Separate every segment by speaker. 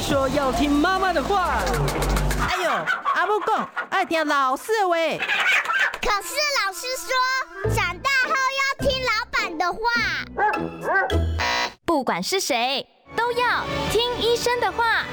Speaker 1: 说要听妈妈的话。
Speaker 2: 哎呦，阿母讲爱听老师的话。
Speaker 3: 可是老师说，长大后要听老板的话。
Speaker 4: 不管是谁，都要听医生的话。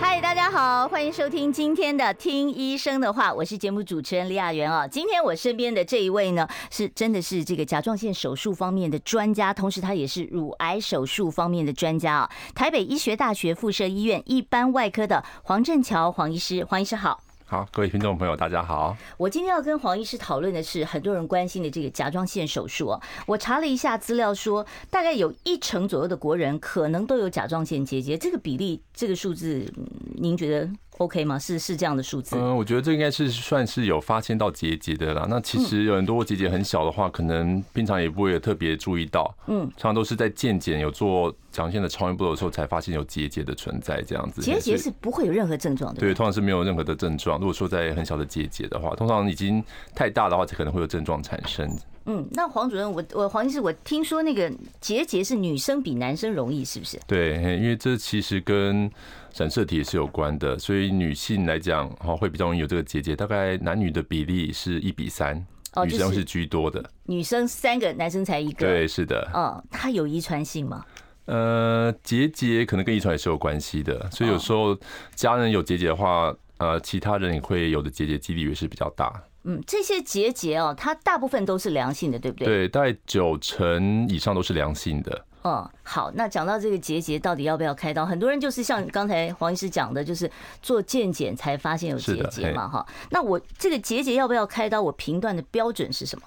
Speaker 4: 嗨，大家好，欢迎收听今天的《听医生的话》，我是节目主持人李雅媛哦。今天我身边的这一位呢，是真的是这个甲状腺手术方面的专家，同时他也是乳癌手术方面的专家哦。台北医学大学附设医院一般外科的黄振桥黄医师，黄医师好。
Speaker 5: 好，各位听众朋友，大家好。
Speaker 4: 我今天要跟黄医师讨论的是很多人关心的这个甲状腺手术哦。我查了一下资料说，大概有一成左右的国人可能都有甲状腺结节，这个比例，这个数字，嗯您觉得 OK 吗？是是这样的数字？
Speaker 5: 嗯、我觉得这应该是算是有发现到结节的啦。那其
Speaker 4: 嗯
Speaker 5: 实有很多结节很小的话，可能平常也不会有特别注意到。
Speaker 4: 嗯
Speaker 5: 嗯，常常都是在健检有做甲状腺的超音波的时候，才发现有结节的存在，这样子。
Speaker 4: 结节
Speaker 5: 所以
Speaker 4: 是不会有任何症状的。
Speaker 5: 对，通常是没有任何的症状。如果说在很小的结节的话，通常已经太大的话，才可能会有症状产生。
Speaker 4: 嗯，那黄主任，我我黄医师，我听说那个结节是女生比男生容易，是不是？
Speaker 5: 对，嘿因为这其实跟染色体也是有关的，所以女性来讲，哈，会比较容易有这个结节。大概男女的比例是一比三、
Speaker 4: 哦
Speaker 5: 女
Speaker 4: 就是
Speaker 5: 生是居多的。
Speaker 4: 女生三个，男生才一个。
Speaker 5: 对，，是的，
Speaker 4: 嗯，它有遗传性吗？
Speaker 5: 呃，结节可能跟遗传也是有关系的，所以
Speaker 4: 哦
Speaker 5: 有时候家人有结节的话，呃，其他人也会有的结节几率也是比较大。
Speaker 4: 嗯，这些结节哦，它大部分都是良性的，对不对？
Speaker 5: 对，大概九成以上都是良性的。
Speaker 4: 嗯，好，那讲到这个结节到底要不要开刀，很多人就是像刚才黄医师讲的，就是做健检才发现有结
Speaker 5: 是的
Speaker 4: 节嘛，哈。那我这个结节要不要开刀，我评断的标准是什么？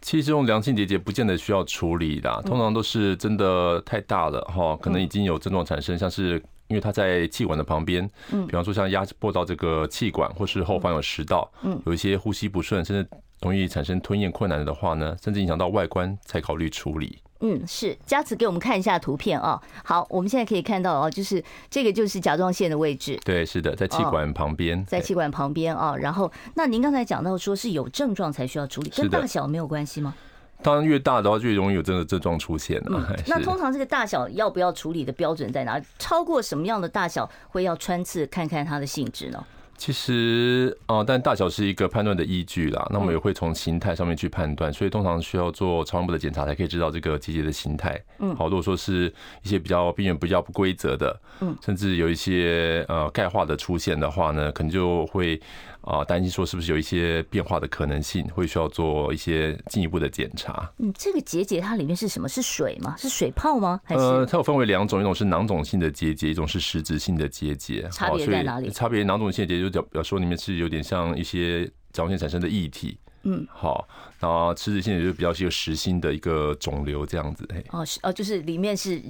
Speaker 5: 其实这种良性结节不见得需要处理啦，
Speaker 4: 嗯
Speaker 5: 通常都是真的太大了哈，可能已经有症状产生，像是因为它在气管的旁边，
Speaker 4: 嗯
Speaker 5: 比方说像压迫到这个气管，或是后方有食道，
Speaker 4: 嗯
Speaker 5: 有一些呼吸不顺，甚至容易产生吞咽困难的话呢，甚至影响到外观，才考虑处理。
Speaker 4: 嗯，是佳慈给我们看一下图片啊、好，我们现在可以看到哦，就是这个就是甲状腺的位置，
Speaker 5: 对，是的，在气管旁边，
Speaker 4: 哦在气管旁边啊、然后，那您刚才讲到说是有症状才需要处理，跟
Speaker 5: 是的
Speaker 4: 大小没有关系吗？
Speaker 5: 对当然越大的话，越容易有这个症状出现了。还
Speaker 4: 嗯那
Speaker 5: 哎是
Speaker 4: 通常这个大小要不要处理的标准在哪？超过什么样的大小会要穿刺看看它的性质呢？
Speaker 5: 其实哦、呃但大小是一个判断的依据啦。那我们也会从形态上面去判断，所以通常需要做超音波的检查才可以知道这个结节的形态。嗯，好，如果说是一些比较病原比较不规则的，嗯，甚至有一些呃钙化的出现的话呢，可能就会啊担、心说是不是有一些变化的可能性，会需要做一些进一步的检查。
Speaker 4: 嗯，这个结节它里面是什么？是水吗？是水泡吗？还
Speaker 5: 呃，
Speaker 4: 是
Speaker 5: 它有分为两种，一种是囊肿性的结节，一种是实质性的结节。
Speaker 4: 差
Speaker 5: 好
Speaker 4: 别
Speaker 5: 所以
Speaker 4: 在哪里
Speaker 5: 差别囊肿性的结节就表表说里面是有点像一些甲状腺产生的液体。嗯，好，那实质性的就比较是一个实心的一个肿瘤这样子。嘿，
Speaker 4: 哦是哦，就是里面是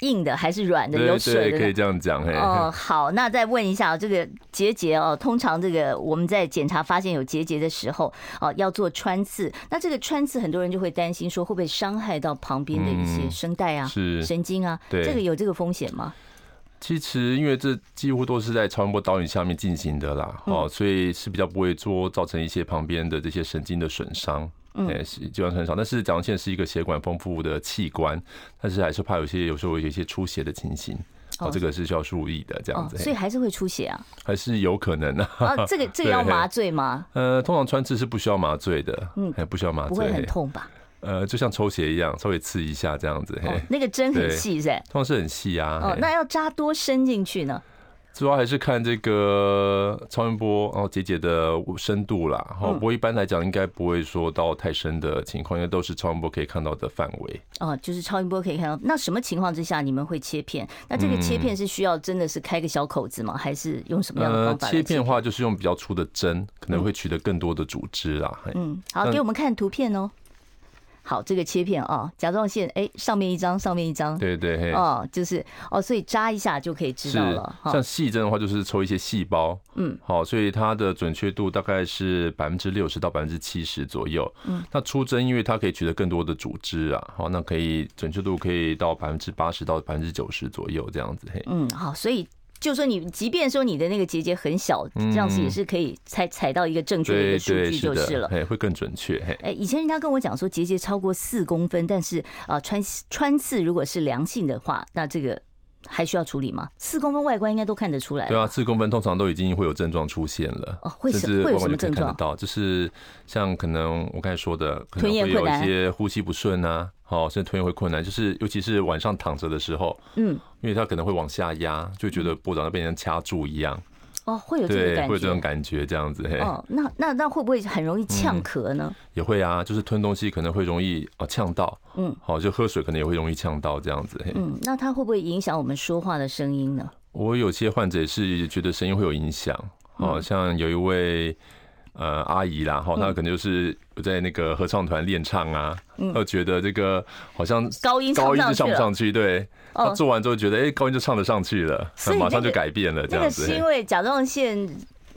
Speaker 4: 硬的还是软的？有
Speaker 5: 对
Speaker 4: 水
Speaker 5: 对，
Speaker 4: 的
Speaker 5: 可以
Speaker 4: 呢？
Speaker 5: 这样讲。嘿，
Speaker 4: 哦，好，那再问一下，哦这个结节哦，通常这个我们在检查发现有结节的时候，哦，要做穿刺。那这个穿刺，很多人就会担心说会不会伤害到旁边的一些
Speaker 5: 嗯
Speaker 4: 声带啊、
Speaker 5: 是
Speaker 4: 神经啊，
Speaker 5: 对
Speaker 4: 这个有这个风险吗？
Speaker 5: 其实因为这几乎都是在超音波导引下面进行的啦，
Speaker 4: 嗯
Speaker 5: 哦，所以是比较不会做造成一些旁边的这些神经的损伤。嗯，是基本上很少，但是甲状腺是一个血管丰富的器官，但是还是怕有些有时候有一些出血的情形，
Speaker 4: 哦
Speaker 5: 哦，这个是需要注意的，这样
Speaker 4: 哦
Speaker 5: 子，，
Speaker 4: 所以还是会出血 啊。
Speaker 5: 还是有可能 的、啊。
Speaker 4: 啊，这个这个要
Speaker 5: 对
Speaker 4: 麻醉吗？
Speaker 5: 呃，通常穿刺是不需要麻醉的，嗯，不需要麻
Speaker 4: 不会
Speaker 5: 醉，
Speaker 4: 很痛吧？
Speaker 5: 呃，就像抽血一样，稍微刺一下这样子，嘿，
Speaker 4: 哦，那个针很
Speaker 5: 对
Speaker 4: 细噻。
Speaker 5: 通常是很细啊，
Speaker 4: 哦，
Speaker 5: 嘿
Speaker 4: 那要扎多深进去呢？
Speaker 5: 主要还是看这个超音波，然后结节的深度啦。然后不过一般来讲，应该不会说到太深的情况，因为都是超音波可以看到的范围。
Speaker 4: 哦，就是超音波可以看到。那什么情况之下你们会切片？那这个切
Speaker 5: 嗯
Speaker 4: 片是需要真的是开个小口子吗？还是用什么样的
Speaker 5: 呃
Speaker 4: 方，法来
Speaker 5: 切片的？话就是用比较粗的针，可能会取得更多的组织啦。嘿
Speaker 4: 嗯，好，
Speaker 5: 嗯
Speaker 4: 给我们看图片哦。好，这个切片啊、甲状腺，哎、上面一张，上面一张，
Speaker 5: 对对嘿，
Speaker 4: 哦，就是哦，所以扎一下就可以知
Speaker 5: 是
Speaker 4: 道了哈。
Speaker 5: 像细针的话，就是抽一些细胞，
Speaker 4: 嗯，
Speaker 5: 好，所以它的准确度大概是百分之六十到百分之七十左右。嗯，那出针因为它可以取得更多的组织啊，好，那可以准确度可以到百分之八十到百分之九十左右这样子。嘿，
Speaker 4: 嗯，好，所以就说你即便说你的那个结节很小，这样子也是可以采采到一个正确的一个
Speaker 5: 对
Speaker 4: 数
Speaker 5: 嗯对
Speaker 4: 据就是是
Speaker 5: 的，
Speaker 4: 了。
Speaker 5: 哎，会更准确，嘿，
Speaker 4: 哎，以前人家跟我讲说结节超过四公分，但是啊、呃穿穿刺如果是良性的话，那这个还需要处理吗？四公分外观应该都看得出来
Speaker 5: 对
Speaker 4: 了。
Speaker 5: 啊，四公分通常都已经会有症状出现了，
Speaker 4: 哦会
Speaker 5: 甚
Speaker 4: 什
Speaker 5: 至
Speaker 4: 会有
Speaker 5: 外观
Speaker 4: 什么
Speaker 5: 就可
Speaker 4: 症
Speaker 5: 以看得
Speaker 4: 状
Speaker 5: 到，就是像可能我刚才说的，可能
Speaker 4: 吞咽
Speaker 5: 会有
Speaker 4: 困难
Speaker 5: 一些呼吸不顺啊，好、甚至吞咽会困难，就是尤其是晚上躺着的时候，
Speaker 4: 嗯，
Speaker 5: 因为它可能会往下压，就觉得脖子好像被人掐住一样，
Speaker 4: 哦，会有这个
Speaker 5: 对，
Speaker 4: 感
Speaker 5: 会有这种
Speaker 4: 觉。
Speaker 5: 感觉，嗯这样子，嘿，
Speaker 4: 哦，那那那会不会很容易呛咳呢？
Speaker 5: 也会啊，就是吞东西可能会容易哦呛到，
Speaker 4: 嗯，
Speaker 5: 好、就喝水可能也会容易呛到这样子，嘿，
Speaker 4: 嗯，那它会不会影响我们说话的声音呢？
Speaker 5: 我有些患者也是觉得声音会有影响，
Speaker 4: 嗯
Speaker 5: 好、像有一位呃阿姨啦，哈，她可能就是有在那个合唱团练唱啊，她就觉得这个好像
Speaker 4: 嗯高音
Speaker 5: 高音
Speaker 4: 唱
Speaker 5: 就
Speaker 4: 不上去
Speaker 5: 上不
Speaker 4: 了
Speaker 5: 上去，对，
Speaker 4: 哦
Speaker 5: 她做完之后觉得哎、高音就唱得上去了，
Speaker 4: 所以
Speaker 5: 马上
Speaker 4: 那个
Speaker 5: 就改变了这
Speaker 4: 那
Speaker 5: 样
Speaker 4: 个
Speaker 5: 子。
Speaker 4: 是因为甲状腺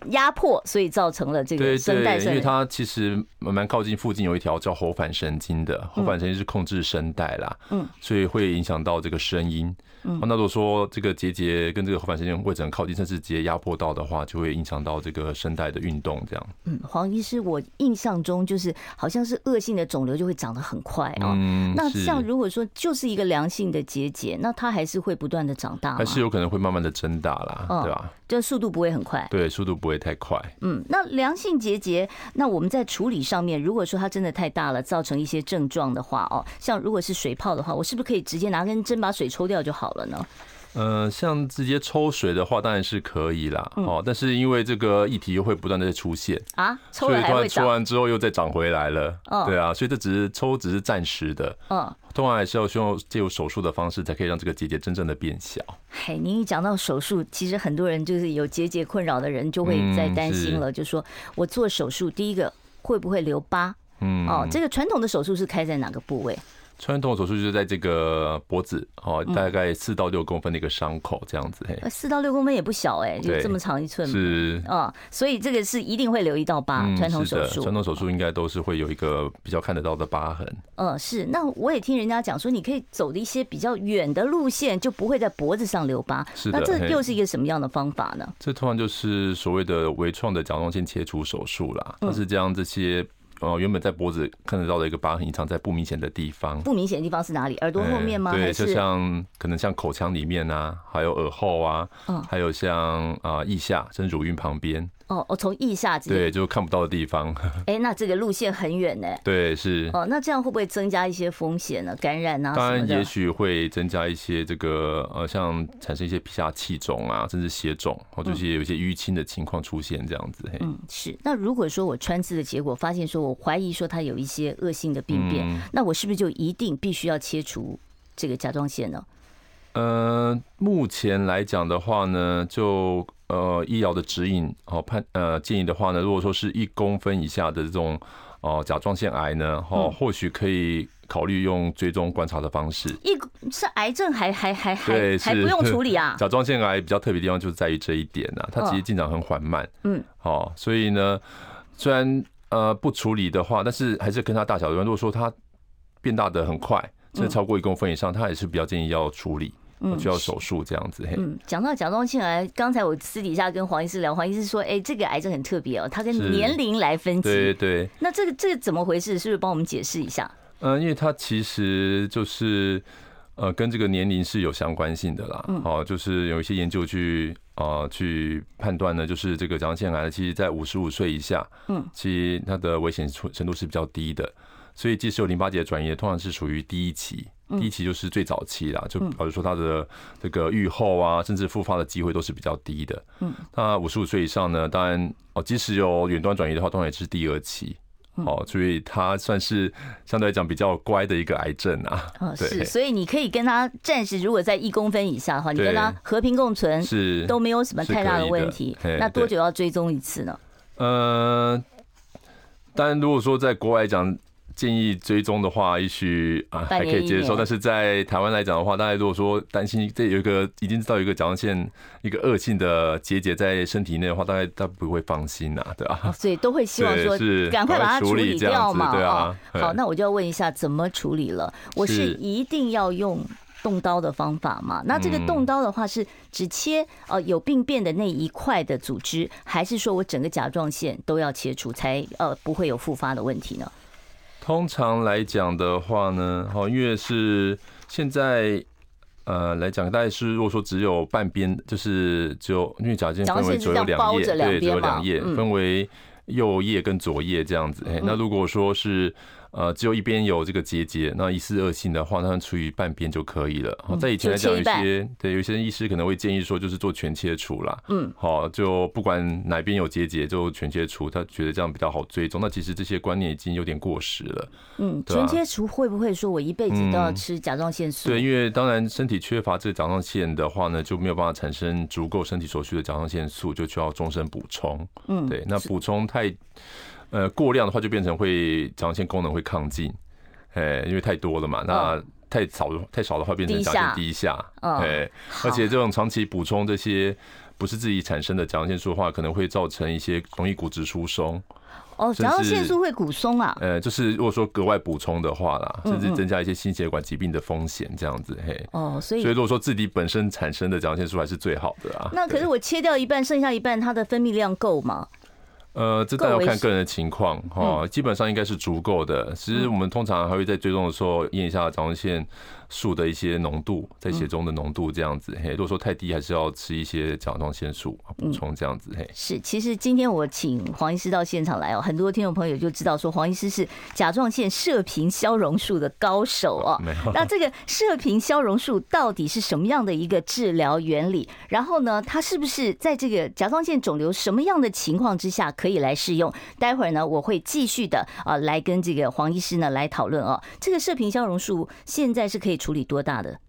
Speaker 4: 压迫，所以造成了这个
Speaker 5: 对
Speaker 4: 声带
Speaker 5: 对，因
Speaker 4: 上
Speaker 5: 为
Speaker 4: 的
Speaker 5: 它其实蛮靠近附近有一条叫喉返神经的，喉返神经是控制声带啦，
Speaker 4: 嗯，
Speaker 5: 所以会影响到这个声音。嗯，那如果说这个结节跟这个喉返神经位置很靠近，甚至直接压迫到的话，就会影响到这个声带的运动，这样。
Speaker 4: 嗯，黄医师，我印象中就是好像是恶性的肿瘤就会长得很快啊、
Speaker 5: 嗯
Speaker 4: 那
Speaker 5: 是
Speaker 4: 像如果说就是一个良性的结节，那它还是会不断的长大吗
Speaker 5: 还？是有可能会慢慢的增大啦，
Speaker 4: 啊嗯
Speaker 5: 对吧？
Speaker 4: 就速度不会很快。
Speaker 5: 对，速度不会太快。
Speaker 4: 嗯，那良性结节，那我们在处理上面，如果说它真的太大了，造成一些症状的话，哦，像如果是水泡的话，我是不是可以直接拿根针把水抽掉就好了呢？
Speaker 5: 呃，像直接抽水的话，当然是可以啦，
Speaker 4: 嗯
Speaker 5: 哦，但是因为这个议题又会不断的出现，
Speaker 4: 啊，抽
Speaker 5: 所
Speaker 4: 了
Speaker 5: 以
Speaker 4: 还
Speaker 5: 突
Speaker 4: 会
Speaker 5: 然抽
Speaker 4: 长，
Speaker 5: 完之后又再长回来了，
Speaker 4: 嗯
Speaker 5: 对啊，所以这只是抽只是暂时的，
Speaker 4: 嗯。
Speaker 5: 通常还是要需要借由手术的方式，才可以让这个结节真正的变小。
Speaker 4: 嘿，您一讲到手术，其实很多人就是有结节困扰的人就会在
Speaker 5: 嗯
Speaker 4: 担心了，就说我做手术，第一个会不会留疤？
Speaker 5: 嗯，
Speaker 4: 哦，这个传统的手术是开在哪个部位？
Speaker 5: 传统手术就是在这个脖子哦，
Speaker 4: 嗯
Speaker 5: 大概四到六公分的一个伤口这样子，嘿，
Speaker 4: 呃，四到六公分也不小哎、就
Speaker 5: 对
Speaker 4: 这么长一寸。
Speaker 5: 是。嗯
Speaker 4: 嗯，所以这个是一定会留一道疤，传统
Speaker 5: 是
Speaker 4: 手
Speaker 5: 的，
Speaker 4: 术。
Speaker 5: 传统手术应该都是会有一个比较看得到的疤痕。
Speaker 4: 嗯，是。那我也听人家讲说，你可以走的一些比较远的路线，就不会在脖子上留疤。
Speaker 5: 是的
Speaker 4: 那这
Speaker 5: 嘿
Speaker 4: 又是一个什么样的方法呢？
Speaker 5: 这通常就是所谓的微创的甲状腺切除手术啦，
Speaker 4: 嗯
Speaker 5: 它是将这些呃原本在脖子看得到的一个疤痕，隐藏在不明显的地方。
Speaker 4: 不明显的地方是哪里？耳朵后面吗？
Speaker 5: 嗯对，
Speaker 4: 还
Speaker 5: 就是像可能像口腔里面啊，还有耳后啊，
Speaker 4: 嗯
Speaker 5: 还有像啊腋下，甚至乳晕旁边，
Speaker 4: 哦哦，从腋下直接。
Speaker 5: 对，就看不到的地方，
Speaker 4: 哎，那这个路线很远呢、
Speaker 5: 对，是。
Speaker 4: 哦，那这样会不会增加一些风险呢？感染啊
Speaker 5: 当
Speaker 4: 什么
Speaker 5: 然，
Speaker 4: 的
Speaker 5: 也？许会增加一些这个呃，像产生一些皮下气肿啊，甚至血肿，或者是有一些淤青的情况出现，这样子。嘿
Speaker 4: 嗯，是。那如果说我穿刺的结果发现说我怀疑说它有一些恶性的病变，
Speaker 5: 嗯
Speaker 4: 那我是不是就一定必须要切除这个甲状腺呢？
Speaker 5: 呃，目前来讲的话呢，就呃医疗的指引哦判呃建议的话呢，如果说是一公分以下的这种哦、甲状腺癌呢，哦
Speaker 4: 嗯
Speaker 5: 或许可以考虑用追踪观察的方式。
Speaker 4: 一是癌症还还还还
Speaker 5: 对，
Speaker 4: 还
Speaker 5: 是
Speaker 4: 不用处理 啊？
Speaker 5: 甲状腺癌比较特别的地方就是在于这一点啊，它其实进展很缓慢，
Speaker 4: 嗯，
Speaker 5: 哦，所以呢，虽然呃不处理的话，但是还是跟它大小有关。如果说它变大的很快，甚至超过一公分以上，它也是比较建议要处理，
Speaker 4: 嗯
Speaker 5: 需要手术这样子。嘿，
Speaker 4: 嗯，讲到甲状腺癌，刚才我私底下跟黄医师聊，黄医师说，哎、这个癌症很特别哦，它跟
Speaker 5: 是
Speaker 4: 年龄来分
Speaker 5: 对
Speaker 4: 级。
Speaker 5: 对，
Speaker 4: 那这个这个怎么回事？是不是帮我们解释一下？
Speaker 5: 嗯，因为它其实就是呃跟这个年龄是有相关性的啦。哦，就是有一些研究去呃去判断呢，就是这个甲状腺癌其实在五十五岁以下，
Speaker 4: 嗯，
Speaker 5: 其实它的危险程程度是比较低的。所以，即使有淋巴结的转移，通常是属于第一期，第一期就是最早期啦，就比如说它的这个预后啊，甚至复发的机会都是比较低的。嗯，那五十五岁以上呢，当然哦，即使有远端转移的话，通常也是第二期。哦，所以它算是相对来讲比较乖的一个癌症啊。
Speaker 4: 哦，
Speaker 5: 对
Speaker 4: 是，所以你可以跟他暂时，如果在一公分以下的话，你
Speaker 5: 对
Speaker 4: 跟他和平共存，
Speaker 5: 是
Speaker 4: 嗯都没有什么太大的问题
Speaker 5: 是可以。的
Speaker 4: 那
Speaker 5: 嘿
Speaker 4: 多久要追踪一次呢？
Speaker 5: 呃，当然如果说在国外讲。建议追踪的话，也许啊
Speaker 4: 半
Speaker 5: 还
Speaker 4: 年
Speaker 5: 可以接
Speaker 4: 一
Speaker 5: 受，
Speaker 4: 年
Speaker 5: 但是在台湾来讲的话，大家如果说担心这有一个已经知道有一个甲状腺一个恶性的结节在身体内的话，大概他不会放心呐、对吧、
Speaker 4: 哦所以都会希望说
Speaker 5: 对是
Speaker 4: 赶快把它处理掉嘛。
Speaker 5: 赶快处理这样子对啊
Speaker 4: 哦好，
Speaker 5: 嗯
Speaker 4: 那我就要问一下怎么处理了？我是
Speaker 5: 是
Speaker 4: 一定要用动刀的方法嘛。那这个
Speaker 5: 嗯
Speaker 4: 动刀的话是只切呃有病变的那一块的组织，还是说我整个甲状腺都要切除才呃不会有复发的问题呢？
Speaker 5: 通常来讲的话呢，好，因为是现在。呃，来讲大概是如果说只有半边，就是只有因为甲状腺分为左右两
Speaker 4: 甲状腺
Speaker 5: 叶，
Speaker 4: 是这样包着两
Speaker 5: 对，
Speaker 4: 边
Speaker 5: 左右
Speaker 4: 嘛
Speaker 5: 两叶
Speaker 4: 嗯
Speaker 5: 分为右叶跟左叶这样子。哎，那如果说是呃只有一边有这个结节，那一次恶性的话，那除以半边就可以了。好在以前来
Speaker 4: 嗯
Speaker 5: 讲，
Speaker 4: 就切
Speaker 5: 有
Speaker 4: 一半
Speaker 5: 些对有些医师可能会建议说，就是做全切除啦。
Speaker 4: 嗯，
Speaker 5: 好，就不管哪边有结节就全切除，他觉得这样比较好追踪。那其实这些观念已经有点过时了。
Speaker 4: 嗯，
Speaker 5: 对啊
Speaker 4: 全切除会不会说我一辈子都要
Speaker 5: 嗯
Speaker 4: 吃甲状腺素？
Speaker 5: 对，因为当然身体缺乏这个甲状腺的话呢，就没有办法产生足够身体所需的甲状腺素，就需要终身补充。
Speaker 4: 嗯
Speaker 5: 对，那补充太呃过量的话，就变成会甲状腺功能会亢进，哎，因为太多了嘛。那太少的太少的话，变成
Speaker 4: 低
Speaker 5: 甲状
Speaker 4: 下
Speaker 5: 腺低下。
Speaker 4: 嗯
Speaker 5: 哎，而且这种长期补充这些。不是自己产生的甲状腺素的话，可能会造成一些容易骨质疏松，
Speaker 4: 哦，
Speaker 5: 是
Speaker 4: 甲状腺素会骨松啊。
Speaker 5: 呃，就是如果说格外补充的话啦，甚至增加一些心血管疾病的风险，这样子，嘿。
Speaker 4: 哦，所
Speaker 5: 所以
Speaker 4: 以
Speaker 5: 如果说自己本身产生的甲状腺素还是最好的啊。
Speaker 4: 那可是
Speaker 5: 对
Speaker 4: 我切掉一半，剩下一半，它的分泌量够吗？
Speaker 5: 呃，这当然
Speaker 4: 够
Speaker 5: 要
Speaker 4: 为
Speaker 5: 看个人的情况哈，基本上应该是足够的。其实我们通常还会在追踪的时候验一下甲状腺素的一些浓度，在血中的浓度这样子。嘿，如果说太低，还是要吃一些甲状腺素啊补充这样子。嘿，
Speaker 4: 是，其实今天我请黄医师到现场来哦，很多听众朋友就知道说黄医师是甲状腺射频消融术的高手哦。
Speaker 5: 没有。
Speaker 4: 那这个射频消融术到底是什么样的一个治疗原理？然后呢，它是不是在这个甲状腺肿瘤什么样的情况之下可以来适用？待会儿呢，我会继续的啊、呃来跟这个黄医师呢来讨论哦。这个射频消融术现在是可以处理多大的？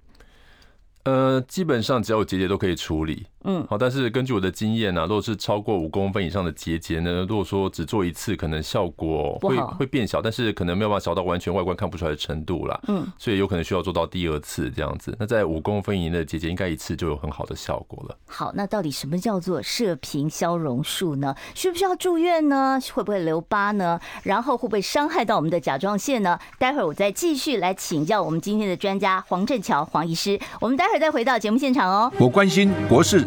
Speaker 5: 呃，基本上只要有结节都可以处理。
Speaker 4: 嗯
Speaker 5: 好，但是根据我的经验呢、啊，如果是超过五公分以上的结节呢，如果说只做一次，可能效果
Speaker 4: 不
Speaker 5: 会
Speaker 4: 好
Speaker 5: 会变小，但是可能没有办法小到完全外观看不出来的程度啦。
Speaker 4: 嗯，
Speaker 5: 所以有可能需要做到第二次这样子。那在五公分以内的结节，应该一次就有很好的效果了。
Speaker 4: 好，那到底什么叫做射频消融术呢？需不需要住院呢？会不会留疤呢？然后会不会伤害到我们的甲状腺呢？待会儿我再继续来请教我们今天的专家黄振桥黄医师。我们待会儿再回到节目现场哦。
Speaker 6: 我关心国事、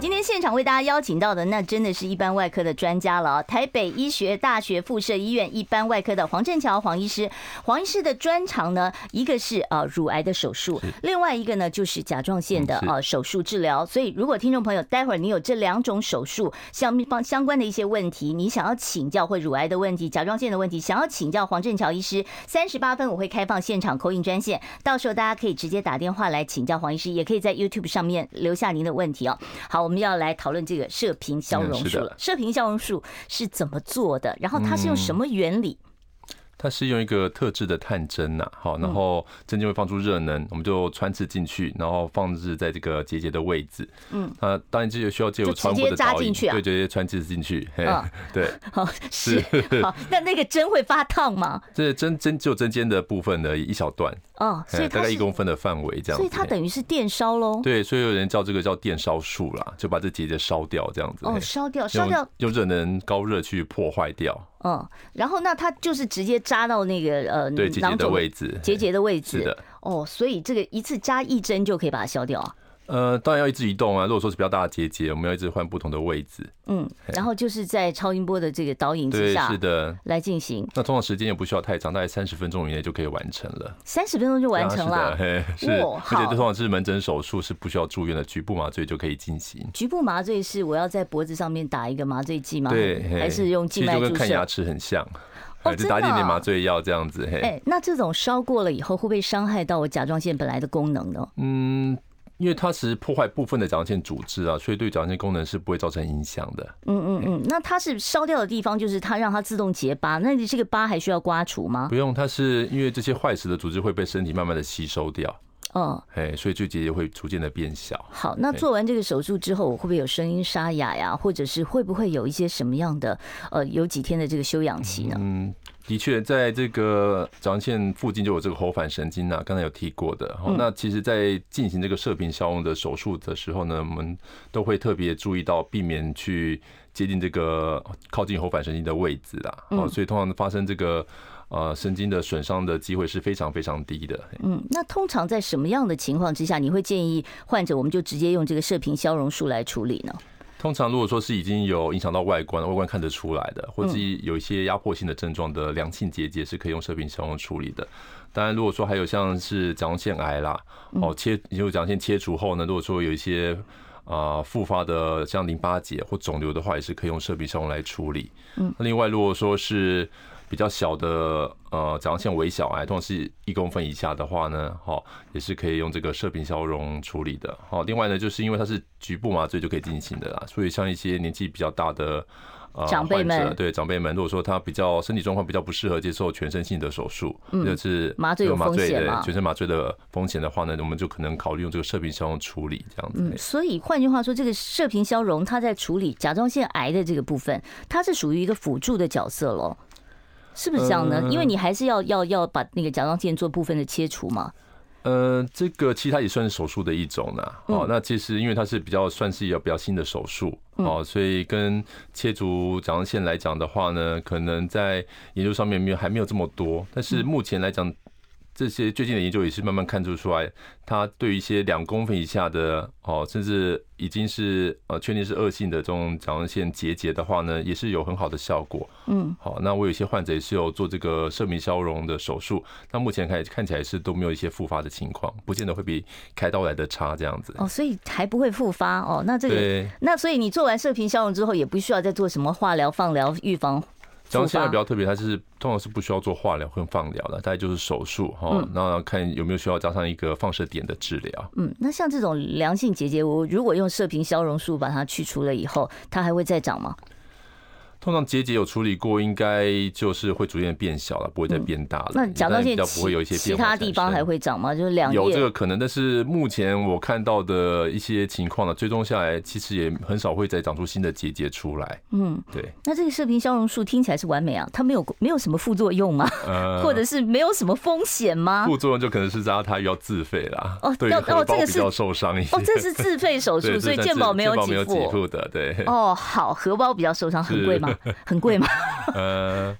Speaker 4: 今天现场为大家邀请到的，那真的是一般外科的专家了、哦。台北医学大学附设医院一般外科的黄振桥黄医师，黄医师的专长呢，一个是呃乳癌的手术，另外一个呢就是甲状腺的
Speaker 5: 嗯是
Speaker 4: 呃手术治疗。所以，如果听众朋友待会儿你有这两种手术相帮相关的一些问题，你想要请教或乳癌的问题、甲状腺的问题，想要请教黄振桥医师，三十八分我会开放现场口音专线，到时候大家可以直接打电话来请教黄医师，也可以在 YouTube 上面留下您的问题哦。好，我们要来讨论这个射频消融
Speaker 5: 嗯是
Speaker 4: 术
Speaker 5: 的
Speaker 4: 了。射频消融术是怎么做的？然后它是用什么原理？
Speaker 5: 它是用一个特制的探针呐、好，
Speaker 4: 嗯
Speaker 5: 然后针尖会放出热能，我们就穿刺进去，然后放置在这个结节的位置。
Speaker 4: 嗯，
Speaker 5: 那当然这就需要借由
Speaker 4: 就直
Speaker 5: 穿
Speaker 4: 接
Speaker 5: 过的
Speaker 4: 扎
Speaker 5: 导
Speaker 4: 进
Speaker 5: 引，
Speaker 4: 去啊
Speaker 5: 对，直接穿刺进去。嘿
Speaker 4: 嗯，
Speaker 5: 对，
Speaker 4: 好，是好。那那个针会发烫吗？
Speaker 5: 这针针就针尖的部分而已，一小段，
Speaker 4: 哦，所以
Speaker 5: 哎大
Speaker 4: 它
Speaker 5: 概
Speaker 4: 是
Speaker 5: 一，公分的范围这样子。哎
Speaker 4: 所以它等于是电烧喽。
Speaker 5: 对，所以有人叫这个叫电烧术啦，就把这结节烧掉这样子。
Speaker 4: 哦，
Speaker 5: 嘿
Speaker 4: 烧掉，烧
Speaker 5: 用
Speaker 4: 掉，
Speaker 5: 用热能高热去破坏掉，
Speaker 4: 嗯，然后那它就是直接扎到那个呃
Speaker 5: 对结节
Speaker 4: 囊
Speaker 5: 的
Speaker 4: 肿
Speaker 5: 位置。哎
Speaker 4: 结节的位置。
Speaker 5: 是的，
Speaker 4: 哦，所以这个一次扎一针就可以把它消掉啊。
Speaker 5: 呃，当然要一直移动啊。如果说是比较大的结节，我们要一直换不同的位置。
Speaker 4: 嗯，然后就是在超音波的这个导引之
Speaker 5: 哎对，
Speaker 4: 下
Speaker 5: 是的。
Speaker 4: 来进行，
Speaker 5: 那通常时间也不需要太长，大概三十分钟以内就可以完成了。
Speaker 4: 三十分钟就完成了
Speaker 5: 啊
Speaker 4: 啊。
Speaker 5: 是的，嘿，是，
Speaker 4: 哇
Speaker 5: 而且
Speaker 4: 好
Speaker 5: 通常是门诊手术，是不需要住院的，局部麻醉就可以进行。
Speaker 4: 局部麻醉是我要在脖子上面打一个麻醉剂吗？
Speaker 5: 对，嘿
Speaker 4: 还是用静脉
Speaker 5: 其实就
Speaker 4: 注
Speaker 5: 跟看牙
Speaker 4: 射？
Speaker 5: 齿很像，
Speaker 4: 哦
Speaker 5: 哎就
Speaker 4: 真
Speaker 5: 打一点
Speaker 4: 的
Speaker 5: 点
Speaker 4: 啊
Speaker 5: 麻醉药这样子。嘿，
Speaker 4: 哎，那这种烧过了以后，会不会伤害到我甲状腺本来的功能呢？
Speaker 5: 嗯，因为它是破坏部分的甲状腺组织啊，所以对甲状腺功能是不会造成影响的。
Speaker 4: 嗯嗯嗯，那它是烧掉的地方，就是它让它自动结疤，那你这个疤还需要刮除吗
Speaker 5: 不？用，它是因为这些坏死的组织会被身体慢慢的吸收掉。
Speaker 4: 嗯，
Speaker 5: 哎，所以就结节会逐渐的变小。
Speaker 4: 好，那
Speaker 5: 对
Speaker 4: 做完这个手术之后，我会不会有声音沙哑呀？或者是会不会有一些什么样的呃，有几天的这个休养期呢？
Speaker 5: 嗯，的确，在这个甲状腺附近就有这个喉返神经啊，刚才有提过的。哦那其实，在进行这个射频消融的手术的时候呢，我们都会特别注意到避免去接近这个靠近喉返神经的位置啊。哦，所以通常发生这个呃神经的损伤的机会是非常非常低的。
Speaker 4: 嗯，那通常在什么样的情况之下，你会建议患者我们就直接用这个射频消融术来处理呢？
Speaker 5: 通常如果说是已经有影响到外观，外观看得出来的，或者是有一些压迫性的症状的良性结节是可以用射频消融处理的。当然，如果说还有像是甲状腺癌啦，
Speaker 4: 嗯
Speaker 5: 哦切有甲状腺切除后呢，如果说有一些啊复发的像淋巴结或肿瘤的话，也是可以用射频消融来处理。嗯，另外如果说是比较小的呃甲状腺微小癌，通常是一公分以下的话呢，哦，也是可以用这个射频消融处理的。哦，另外呢，就是因为它是局部麻醉就可以进行的啦，所以像一些年纪比较大的。呃
Speaker 4: 长辈们
Speaker 5: 患者对长辈们，如果说他比较身体状况比较不适合接受全身性的手术，
Speaker 4: 嗯
Speaker 5: 就是
Speaker 4: 麻醉有
Speaker 5: 麻
Speaker 4: 风
Speaker 5: 醉
Speaker 4: 险
Speaker 5: 的
Speaker 4: 嘛
Speaker 5: 全身麻醉的风险的话呢，我们就可能考虑用这个射频消融处理这样子。
Speaker 4: 嗯，所以换句话说，这个射频消融它在处理甲状腺癌的这个部分，它是属于一个辅助的角色咯，是不是这样呢？
Speaker 5: 嗯
Speaker 4: 因为你还是要要要把那个甲状腺做部分的切除嘛。
Speaker 5: 呃，这个其实它也算是手术的一种啦。
Speaker 4: 嗯
Speaker 5: 哦，那其实因为它是比较算是一个比较新的手术，哦，所以跟切除甲状腺来讲的话呢，可能在研究上面没有还没有这么多，
Speaker 4: 嗯
Speaker 5: 但是目前来讲。这些最近的研究也是慢慢看出出来，它对于一些两公分以下的哦，甚至已经是呃确定是恶性的这种甲状腺结节的话呢，也是有很好的效果。嗯，好，那我有一些患者也是有做这个射频消融的手术，那目前看看起来是都没有一些复发的情况，不见得会比开刀来的差这样子。
Speaker 4: 哦，所以还不会复发哦。那这个，
Speaker 5: 对，
Speaker 4: 那所以你做完射频消融之后，也不需要再做什么化疗、放疗、预防
Speaker 5: 然
Speaker 4: 复
Speaker 5: 后现在
Speaker 4: 发
Speaker 5: 比。较特别，它是通常是不需要做化疗跟放疗的，大概就是手术哈，那看有没有需要加上一个放射点的治疗。
Speaker 4: 嗯，那像这种良性结节，我如果用射频消融术把它去除了以后，它还会再长吗？
Speaker 5: 通常结节有处理过，应该就是会逐渐变小了，不会再变大了。
Speaker 4: 嗯那甲状
Speaker 5: 也
Speaker 4: 腺
Speaker 5: 呃比较
Speaker 4: 其
Speaker 5: 不会有一些
Speaker 4: 其
Speaker 5: 变化
Speaker 4: 他地方
Speaker 5: 产生
Speaker 4: 还会长吗？就是两
Speaker 5: 有这
Speaker 4: 叶
Speaker 5: 个可能，但是目前我看到的一些情况呢，追踪下来其实也很少会再长出新的结节出来。嗯，对，
Speaker 4: 那这个射频消融术听起来是完美啊，它没有没有什么副作用吗？
Speaker 5: 呃，
Speaker 4: 或者是没有什么风险吗？
Speaker 5: 副作用就可能是扎他要自费啦，
Speaker 4: 哦
Speaker 5: 对于
Speaker 4: 要
Speaker 5: 荷
Speaker 4: 哦这
Speaker 5: 包
Speaker 4: 个
Speaker 5: 比
Speaker 4: 是
Speaker 5: 较受伤一些。
Speaker 4: 哦，这是自费手
Speaker 5: 对
Speaker 4: 术，所以
Speaker 5: 这算
Speaker 4: 健
Speaker 5: 是
Speaker 4: 保没有
Speaker 5: 健
Speaker 4: 给
Speaker 5: 保没有给
Speaker 4: 付。
Speaker 5: 付的，对，
Speaker 4: 哦，好，荷包比较受伤，很
Speaker 5: 是
Speaker 4: 贵吗？很贵吗？
Speaker 5: 呃，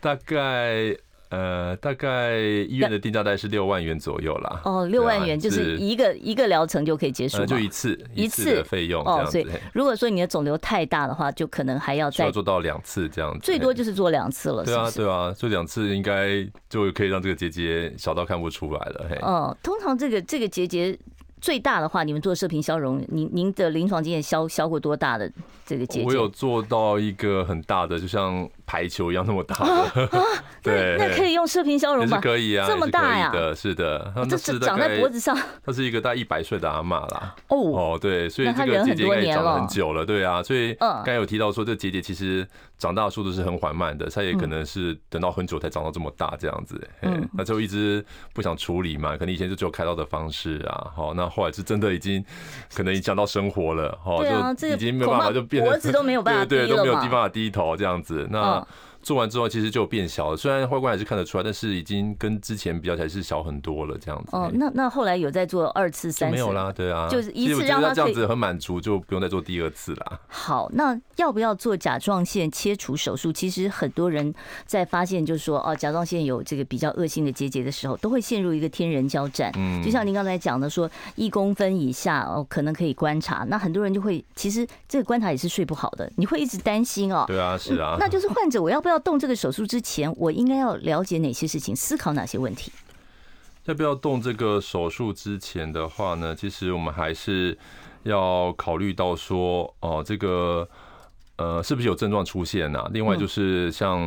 Speaker 5: 大概呃大概医院的定价大概是六万元左右啦。
Speaker 4: 哦，六
Speaker 5: 对
Speaker 4: 万
Speaker 5: 啊
Speaker 4: 元就是一个一个疗程就可以结束
Speaker 5: 呃
Speaker 4: 吗？
Speaker 5: 就一次
Speaker 4: 一
Speaker 5: 次
Speaker 4: 次
Speaker 5: 的费用这
Speaker 4: 哦
Speaker 5: 样，子
Speaker 4: 所以，如果说你的肿瘤太大的话，就可能还要
Speaker 5: 需要
Speaker 4: 再
Speaker 5: 做到两次这样子，
Speaker 4: 最多就是做两次了，
Speaker 5: 对
Speaker 4: 是不
Speaker 5: 啊，
Speaker 4: 是？
Speaker 5: 对啊，就两次应该就可以让这个结节小到看不出来了。嘿，
Speaker 4: 哦，通常这个这个结节最大的话，你们做射频消融，您您的临床经验消消过多大的这个结节？
Speaker 5: 我有做到一个很大的，就像排球一样那么大的，
Speaker 4: 啊
Speaker 5: 对，
Speaker 4: 那那可以用射频消
Speaker 5: 也
Speaker 4: 融
Speaker 5: 是
Speaker 4: 吧？
Speaker 5: 可以啊，
Speaker 4: 这么大呀哦
Speaker 5: 也是可以的，是的，那
Speaker 4: 这
Speaker 5: 那
Speaker 4: 是
Speaker 5: 是
Speaker 4: 长在脖子，上
Speaker 5: 他是一个大概一百岁的阿嬷啦。
Speaker 4: 哦。
Speaker 5: 哦，对，所以
Speaker 4: 那他
Speaker 5: 这个
Speaker 4: 人
Speaker 5: 结
Speaker 4: 很
Speaker 5: 节
Speaker 4: 多
Speaker 5: 应该也
Speaker 4: 年
Speaker 5: 长了
Speaker 4: 了
Speaker 5: 很久了，对啊，所以
Speaker 4: 嗯
Speaker 5: 刚才有提到说，这结节其实长大的速度是很缓慢的，它也
Speaker 4: 嗯
Speaker 5: 可能是等到很久才长到这么大这样子。嘿那就一直不想处理嘛，可能以前就只有开刀的方式啊，好，那后来是真的已经可能影响到生活了，哦，
Speaker 4: 对啊
Speaker 5: 就
Speaker 4: 这
Speaker 5: 已
Speaker 4: 个
Speaker 5: 经没有
Speaker 4: 恐
Speaker 5: 办法，
Speaker 4: 怕
Speaker 5: 就变
Speaker 4: 脖
Speaker 5: 成
Speaker 4: 子都没有办法
Speaker 5: 对
Speaker 4: 低
Speaker 5: 对，都没有
Speaker 4: 了嘛
Speaker 5: 地方法低头这样子。
Speaker 4: 嗯
Speaker 5: 那做完之后其实就有变小了，虽然外观还是看得出来，但是已经跟之前比较起来是小很多了这样子。
Speaker 4: 哦
Speaker 5: 嘿，
Speaker 4: 那那后来有在做二次、
Speaker 5: 嗯就
Speaker 4: 三次？
Speaker 5: 没有啦，对啊，
Speaker 4: 就是一
Speaker 5: 其实我
Speaker 4: 次
Speaker 5: 觉
Speaker 4: 让
Speaker 5: 得
Speaker 4: 他
Speaker 5: 这
Speaker 4: 可
Speaker 5: 样
Speaker 4: 以
Speaker 5: 子很满足，就不用再做第二次啦。
Speaker 4: 好，那要不要做甲状腺切除手术？其实很多人在发现，就是说哦，甲状腺有这个比较恶性的结节的时候，都会陷入一个天人交战。
Speaker 5: 嗯
Speaker 4: 就像您刚才讲的说，一公分以下哦，可能可以观察。那很多人就会，其实这个观察也是睡不好的，你会一直担心哦。
Speaker 5: 对啊，是啊，
Speaker 4: 那就是患者，我要不要动这个手术之前，我应该要了解哪些事情，思考哪些问题？
Speaker 5: 要不要动这个手术之前的话呢，其实我们还是要考虑到说，哦、这个呃是不是有症状出现啊？另外就是像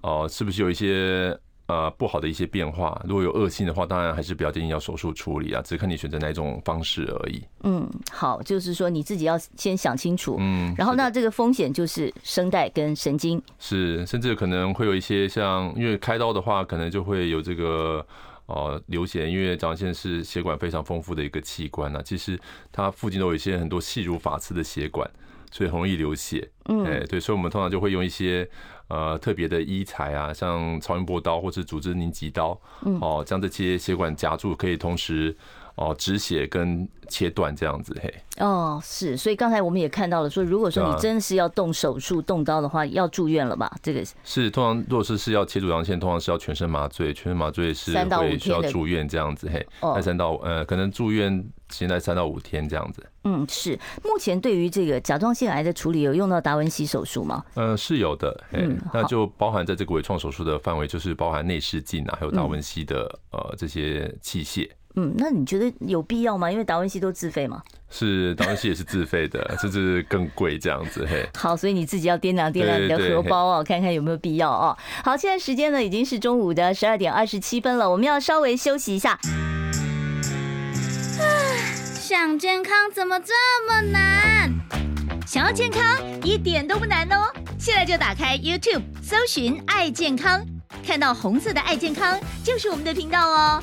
Speaker 5: 哦、呃是不是有一些呃不好的一些变化？如果有恶性的话，当然还是比较建议要手术处理啊，只是看你选择哪一种方式而已。
Speaker 4: 嗯，好，就是说你自己要先想清楚。
Speaker 5: 嗯，
Speaker 4: 然后
Speaker 5: 是的
Speaker 4: 那这个风险就是声带跟神经，
Speaker 5: 是，甚至可能会有一些像，因为开刀的话，可能就会有这个。呃流血，因为甲状腺是血管非常丰富的一个器官啊，其实它附近都有一些很多细如发丝的血管，所以很容易流血。嗯，哎，对，所以我们通常就会用一些呃特别的医材啊，像超音波刀或是组织凝集刀，哦、将这些血管夹住，可以同时哦、止血跟切断这样子。嘿，
Speaker 4: 哦，是，所以刚才我们也看到了，说如果说
Speaker 5: 对
Speaker 4: 你
Speaker 5: 啊
Speaker 4: 真是要动手术、动刀的话，要住院了吧？这个是
Speaker 5: 是通常若是是要切除阳线，通常是要全身麻醉，全身麻醉是
Speaker 4: 三到五
Speaker 5: 会需
Speaker 4: 天
Speaker 5: 要
Speaker 4: 的
Speaker 5: 住院这样子。嘿，
Speaker 4: 哦
Speaker 5: 在三到呃，可能住院现在三到五天这样子。
Speaker 4: 嗯，是目前对于这个甲状腺癌的处理，有用到达文西手术吗？
Speaker 5: 呃，是有的，哎、
Speaker 4: 嗯
Speaker 5: 那
Speaker 4: 好
Speaker 5: 就包含在这个微创手术的范围，就是包含内视镜啊，还有达文西的、呃这些器械，
Speaker 4: 嗯，那你觉得有必要吗？因为达文西都自费嘛。
Speaker 5: 是达文西也是自费的， 甚至更贵这样子，嘿，
Speaker 4: 好，所以你自己要掂量掂量你
Speaker 5: 对
Speaker 4: 的
Speaker 5: 对
Speaker 4: 荷包哦，看看有没有必要哦。好，现在时间呢已经是中午的十二点二十七分了，我们要稍微休息 一下。
Speaker 3: 想健康怎么这么难？
Speaker 7: 想要健康一点都不难哦，现在就打开 YouTube 搜寻“爱健康”，看到红色的“爱健康”就是我们的频道哦。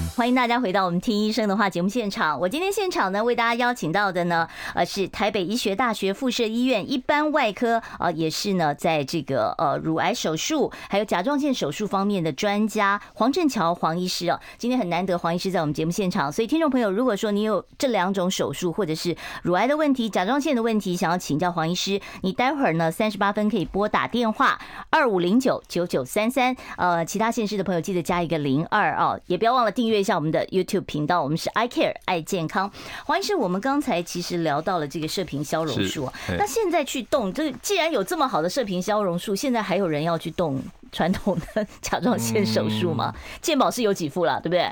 Speaker 4: 欢迎大家回到我们听医生的话节目现场。我今天现场呢为大家邀请到的呢，呃是台北医学大学附设医院一般外科，呃也是呢在这个呃乳癌手术还有甲状腺手术方面的专家黄振桥黄医师哦。今天很难得黄医师在我们节目现场，所以听众朋友如果说你有这两种手术或者是乳癌的问题、甲状腺的问题，想要请教黄医师，你待会儿呢三十八分可以拨打电话二五零九九九三三。呃，其他县市的朋友记得加一个零二哦，也不要忘了订阅一下我们的 YouTube 频道，我们是 I Care 爱健康。黄医师，我们刚才其实聊到了这个射频消融
Speaker 5: 是
Speaker 4: 术啊，
Speaker 5: 哎
Speaker 4: 那现在去动，这既然有这么好的射频消融术，现在还有人要去动传统的甲状腺手术吗？
Speaker 5: 嗯
Speaker 4: 健保是有几副了，对不对？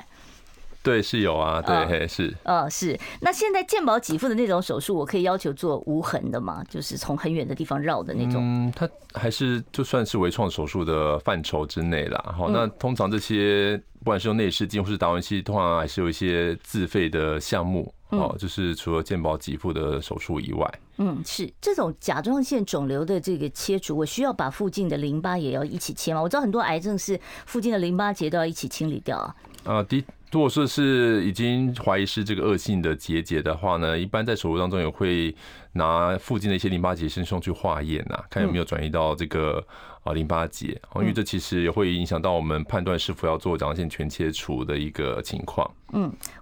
Speaker 5: 对，是有啊，对，
Speaker 4: 嗯
Speaker 5: 嘿，是。
Speaker 4: 呃，是。那现在健保给付的那种手术，我可以要求做无痕的吗？就是从很远的地方绕的那种。
Speaker 5: 嗯，它还是就算是微创手术的范畴之内啦。好，那通常这些不管是用内视镜或是达文西，通常还是有一些自费的项目。哦，就是除了健保给付的手术以外，
Speaker 4: 嗯，是这种甲状腺肿瘤的这个切除，我需要把附近的淋巴也要一起切吗？我知道很多癌症是附近的淋巴结都要一起清理掉啊。
Speaker 5: 啊，的，如果说是已经怀疑是这个恶性的结节的话呢，一般在手术当中也会拿附近的一些淋巴结先送去化验呐、看有没有转移到这个啊淋巴结，哦因为这其实也会影响到我们判断是否要做甲状腺全切除的一个情况。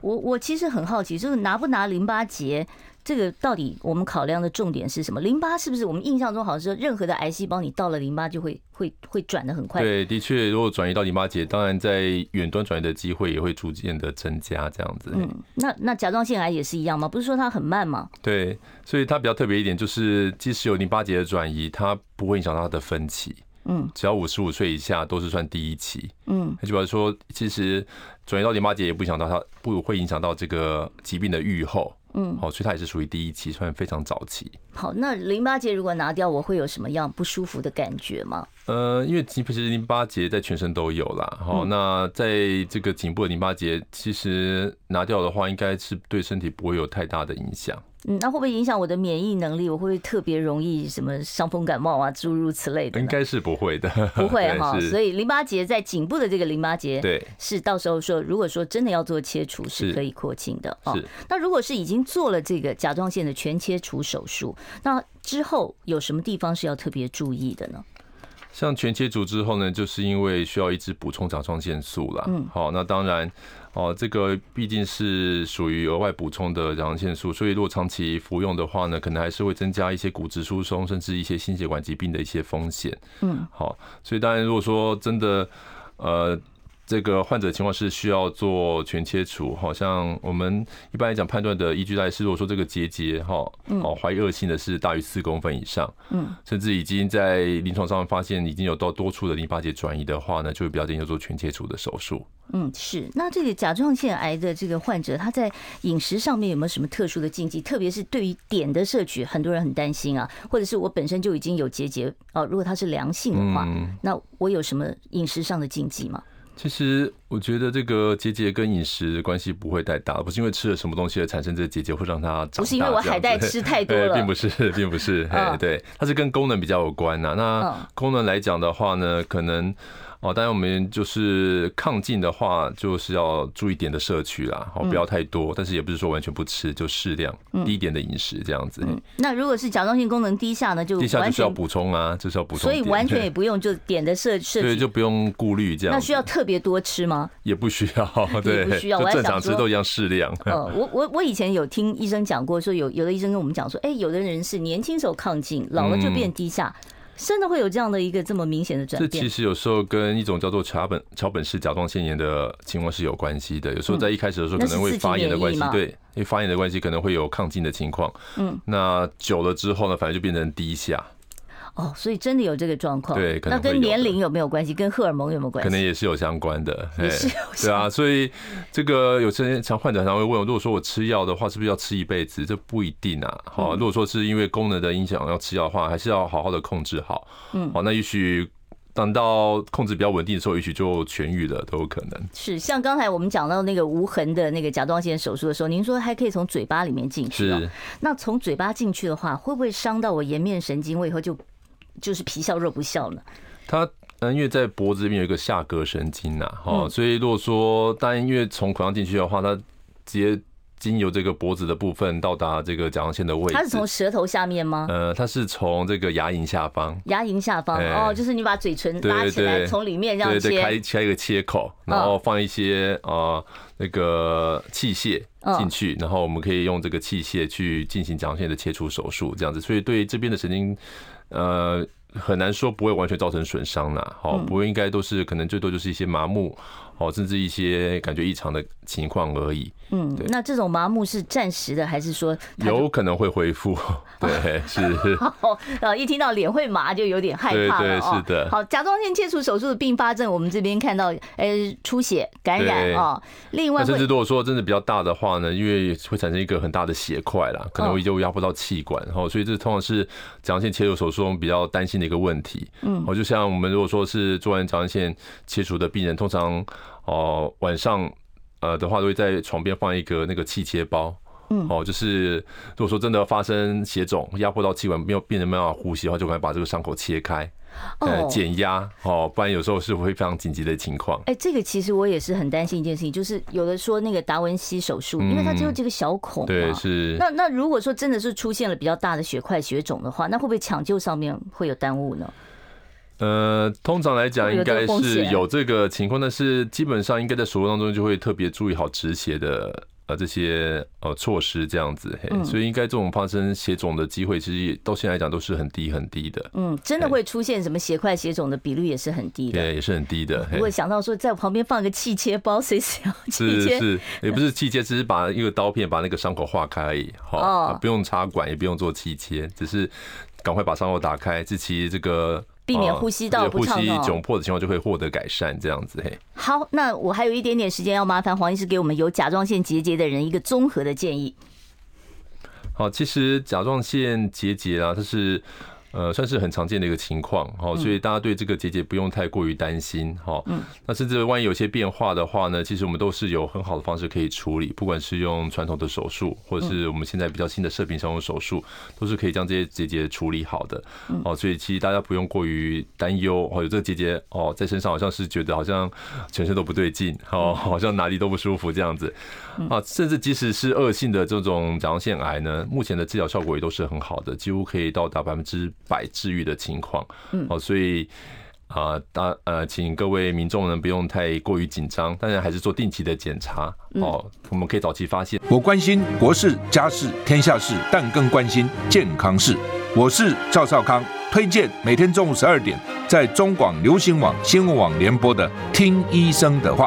Speaker 4: 我我其实很好奇，就是拿不拿淋巴结，这个到底我们考量的重点是什么？淋巴是不是我们印象中好像是任何的癌细胞你到了淋巴就会会会转的很快？
Speaker 5: 对，的确，如果转移到淋巴结，当然在远端转移的机会也会逐渐的增加，这样子。
Speaker 4: 嗯，那那甲状腺癌也是一样吗？不是说它很慢吗？
Speaker 5: 对，所以它比较特别一点就是，即使有淋巴结的转移，它不会影响到它的分期。
Speaker 4: 嗯，
Speaker 5: 只要五十五岁以下都是算第一期。
Speaker 4: 嗯，
Speaker 5: 那就表示说，其实转移到淋巴结也不影响到它，不会影响到这个疾病的预后。嗯，好，所以它也是属于第一期，算非常早期。
Speaker 4: 好，那淋巴结如果拿掉，我会有什么样不舒服的感觉吗？
Speaker 5: 呃，因为其实淋巴结在全身都有啦，
Speaker 4: 嗯
Speaker 5: 好、那在这个颈部的淋巴结，其实拿掉的话，应该是对身体不会有太大的影响。
Speaker 4: 嗯，那会不会影响我的免疫能力？我会不会特别容易什么伤风感冒啊，诸如此类的呢？
Speaker 5: 应该是不会的，
Speaker 4: 不会哈。
Speaker 5: 对是
Speaker 4: 所以淋巴结在颈部的这个淋巴结，
Speaker 5: 对
Speaker 4: 是到时候说，如果说真的要做切除，是
Speaker 5: 是
Speaker 4: 可以扩清的哦
Speaker 5: 是。
Speaker 4: 那如果是已经做了这个甲状腺的全切除手术，那之后有什么地方是要特别注意的呢？
Speaker 5: 像全切除之后呢，就是因为需要一直补充甲状腺素啦。嗯，好，那当然，哦，这个毕竟是属于额外补充的甲状腺素，所以如果长期服用的话呢，可能还是会增加一些骨质疏松，甚至一些心血管疾病的一些风险。嗯，好，所以当然，如果说真的，呃。这个患者情况是需要做全切除，好像我们一般来讲判断的依据大概是，如果说这个结节哈，哦怀疑恶性的是大于四公分以上，甚至已经在临床上发现已经有到多处的淋巴结转移的话呢，就会比较建议做全切除的手术。
Speaker 4: 嗯，是。那这个甲状腺癌的这个患者，他在饮食上面有没有什么特殊的禁忌？特别是对于碘的摄取，很多人很担心啊。或者是我本身就已
Speaker 5: 嗯
Speaker 4: 经有结节哦、如果它是良性的话，那我有什么饮食上的禁忌吗？
Speaker 5: 其实我觉得这个结节跟饮食的关系不会太大，不是因为吃了什么东西而产生这个结节会让它长大
Speaker 4: 不是因为我海带
Speaker 5: 这样子
Speaker 4: 吃 太多
Speaker 5: 对
Speaker 4: 了
Speaker 5: 并不是，并 不是，哎、
Speaker 4: 嗯
Speaker 5: 对，它是跟功能比较有关
Speaker 4: 嗯
Speaker 5: 呐、那功能来讲的话呢，可能哦，当然我们就是抗进的话，就是要注意点的摄取啦，
Speaker 4: 嗯
Speaker 5: 哦，不要太多，但是也不是说完全不吃，就适量低一点的饮食这样子。
Speaker 4: 那如果是甲状腺功能低下呢，就
Speaker 5: 低下
Speaker 4: 完
Speaker 5: 就是要
Speaker 4: 全，
Speaker 5: 补充啊，就是要补充
Speaker 4: 所
Speaker 5: 点，
Speaker 4: 以完全也不用就点的设设
Speaker 5: 对，
Speaker 4: 计。
Speaker 5: 就不用顾虑这样子。
Speaker 4: 那需要特别多吃吗？
Speaker 5: 也不需 要，对，
Speaker 4: 不需要
Speaker 5: 就
Speaker 4: 我还
Speaker 5: 正
Speaker 4: 想
Speaker 5: 常吃
Speaker 4: 说
Speaker 5: 都一样适量。
Speaker 4: 呃，我我我以前有听医生讲过，说有有的医生跟我们讲说，哎、有的人是年轻时候亢进，老了就变低下，真的会有这样的一个这么明显的转
Speaker 5: 这
Speaker 4: 变
Speaker 5: 嗯其？实有时候跟一种叫做桥本桥本氏甲状腺炎的情况是有关系的。有时候在一开始的时候
Speaker 4: 嗯那
Speaker 5: 可
Speaker 4: 是
Speaker 5: 能会
Speaker 4: 自己
Speaker 5: 发炎的
Speaker 4: 免
Speaker 5: 关
Speaker 4: 疫
Speaker 5: 系
Speaker 4: 嘛，
Speaker 5: 对，因为发炎的关系可能会有亢进的情况。嗯，那久了之后呢，反正就变成低下，
Speaker 4: 哦，所以真的有这个状况。
Speaker 5: 对可
Speaker 4: 那
Speaker 5: 能会
Speaker 4: 跟
Speaker 5: 有
Speaker 4: 年
Speaker 5: 的
Speaker 4: 龄有没有关系？跟荷尔蒙有没有关
Speaker 5: 可能
Speaker 4: 系？
Speaker 5: 也是有相关的。
Speaker 4: 也
Speaker 5: 哎
Speaker 4: 是有
Speaker 5: 对啊，所以这个有些常患者常会问我，如果说我吃药的话，是不是要吃一辈子？这不一定啊。好，
Speaker 4: 嗯
Speaker 5: 如果说是因为功能的影响要吃药的话，还是要好好的控制好。嗯，好，那也许。等到控制比较稳定的时候，也许就痊愈了，都有可能。
Speaker 4: 是像刚才我们讲到那个无痕的那个甲状腺手术的时候，您说还可以从嘴巴里面进去、哦。
Speaker 5: 是
Speaker 4: 那从嘴巴进去的话，会不会伤到我颜面神经？我以后就就是皮笑肉不笑呢？
Speaker 5: 它。嗯，因为在脖子这边有一个下颌神经呐、哦，
Speaker 4: 嗯
Speaker 5: 所以如果说，当然因为从口腔进去的话，它直接经由这个脖子的部分到达这个甲状腺的位置。
Speaker 4: 它是从舌头下面吗？
Speaker 5: 呃，它是从这个牙龈下方，
Speaker 4: 牙龈下方
Speaker 5: 哎
Speaker 4: 哦，就是你把嘴唇
Speaker 5: 对
Speaker 4: 拉
Speaker 5: 对
Speaker 4: 起来，
Speaker 5: 对，
Speaker 4: 从里面这样
Speaker 5: 对对，开
Speaker 4: 切。嗯
Speaker 5: 开一个切口，然后放一些呃那个器械进
Speaker 4: 嗯
Speaker 5: 去，然后我们可以用这个器械去进行甲状腺的切除手术，这样子，所以对这边的神经呃。很难说不会完全造成损伤啦，
Speaker 4: 嗯
Speaker 5: 好，不会应该都是可能最多就是一些麻木，哦，甚至一些感觉异常的情况而已，
Speaker 4: 嗯，那这种麻木是暂时的，还是说它就
Speaker 5: 有可能会恢复， 对，是。
Speaker 4: 哦，呃，一听到脸会麻就有点害怕了
Speaker 5: 对对
Speaker 4: 哦。
Speaker 5: 是的
Speaker 4: 好，甲状腺切除手术的并发症，我们这边看到，呃，出血、感染
Speaker 5: 对
Speaker 4: 哦，另外
Speaker 5: 那甚
Speaker 4: 会
Speaker 5: 至如果说真的比较大的话呢，因为会产生一个很大的血块啦，可能会就压迫到气管，然后所以这通常是甲状腺切除手术中比较担心的一个问题。嗯，哦，就像我们如果说是做完甲状腺切除的病人，通常哦晚上呃的话都会在床边放一个那个气切包。嗯，哦，就是如果说真的发生血肿，压迫到气管，没有病人没有办法呼吸的话，就赶快把这个伤口切开，呃，
Speaker 4: 哦
Speaker 5: 减压哦，不然有时候是会非常紧急的情况。
Speaker 4: 哎、这个其实我也是很担心一件事情，就是有的说那个达文西手术，因为它只有这个小孔嘛。
Speaker 5: 对，是。
Speaker 4: 那那如果说真的是出现了比较大的血块、血肿的话，那会不会抢救上面会有耽误呢？
Speaker 5: 呃，通常来讲
Speaker 4: 会有
Speaker 5: 应
Speaker 4: 这个
Speaker 5: 该
Speaker 4: 风
Speaker 5: 是
Speaker 4: 险
Speaker 5: 有这个情况，但是基本上应该在手术当中就会特别注意好止血的呃这些呃措施这样子，
Speaker 4: 嗯
Speaker 5: 嘿，所以应该这种发生血肿的机会，其实也到现在来讲都是很低很低的，
Speaker 4: 嗯，真
Speaker 5: 哎
Speaker 4: 的会出现什么血块、血肿的比率也是很低的。
Speaker 5: 对，也是很低的，嘿
Speaker 4: 不过想到说在我旁边放个气切包，随时要气
Speaker 5: 是
Speaker 4: 切，
Speaker 5: 是，也不是气切，只是把一个刀片把那个伤口划开 而已，好、
Speaker 4: 哦
Speaker 5: 啊不用插管，也不用做气切，只是赶快把伤口打开，这其实这个。
Speaker 4: 避免
Speaker 5: 呃
Speaker 4: 呼吸道
Speaker 5: 对
Speaker 4: 不
Speaker 5: 呼
Speaker 4: 畅哦
Speaker 5: 吸
Speaker 4: 通
Speaker 5: 窘迫的情况就会获得改善，这样子嘿。
Speaker 4: 好，那我还有一点点时间，要麻烦黄医师给我们有甲状腺结节的人一个综合的建议。
Speaker 5: 好，其实甲状腺结节啊，它是呃算是很常见的一个情况，好，所以大家对这个结节不用太过于担心，哈。嗯。那甚至万一有些变化的话呢，其实我们都是有很好的方式可以处理，不管是用传统的手术，或者是我们现在比较新的射频上用手术，都是可以将这些结节处理好的。哦，所以其实大家不用过于担忧，哦，有这个结节哦在身上好像是觉得好像全身都不对劲，哦，好像哪里都不舒服这样子。啊，甚至即使是恶性的这种甲状腺癌呢，目前的治疗效果也都是很好的，几乎可以到达百分之百治愈的情况。嗯，哦，所以啊，大呃，请各位民众呢不用太过于紧张，当然还是做定期的检查哦，我们可以早期发现。
Speaker 6: 我关心国事、家事、天下事，但更关心健康事。我是赵少康，推荐每天中午十二点在中广流行网、新闻网联播的《听医生的话》。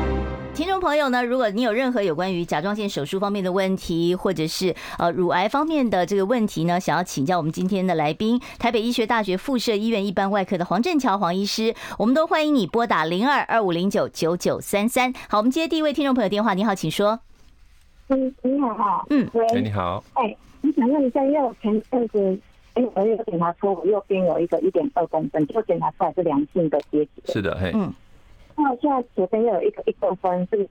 Speaker 4: 听众朋友呢，如果你有任何有关于甲状腺手术方面的问题，或者是呃乳癌方面的这个问题呢，想要请教我们今天的来宾，台北医学大学附设医院一般外科的黄振桥黄医师，我们都欢迎你拨打零二二五零九九九三三。好，我们接第一位听众朋友电话，你好，请说。
Speaker 8: 嗯，你好，
Speaker 4: 嗯
Speaker 8: 喂，
Speaker 5: 哎、你好，
Speaker 8: 哎，你想问一下，因为我前阵子，哎，我有检查出我右边有一个一点二公分，结果检查出来是良性的结节，
Speaker 5: 是的，嘿，
Speaker 4: 嗯
Speaker 8: 那我现在左边又有一个一公分，是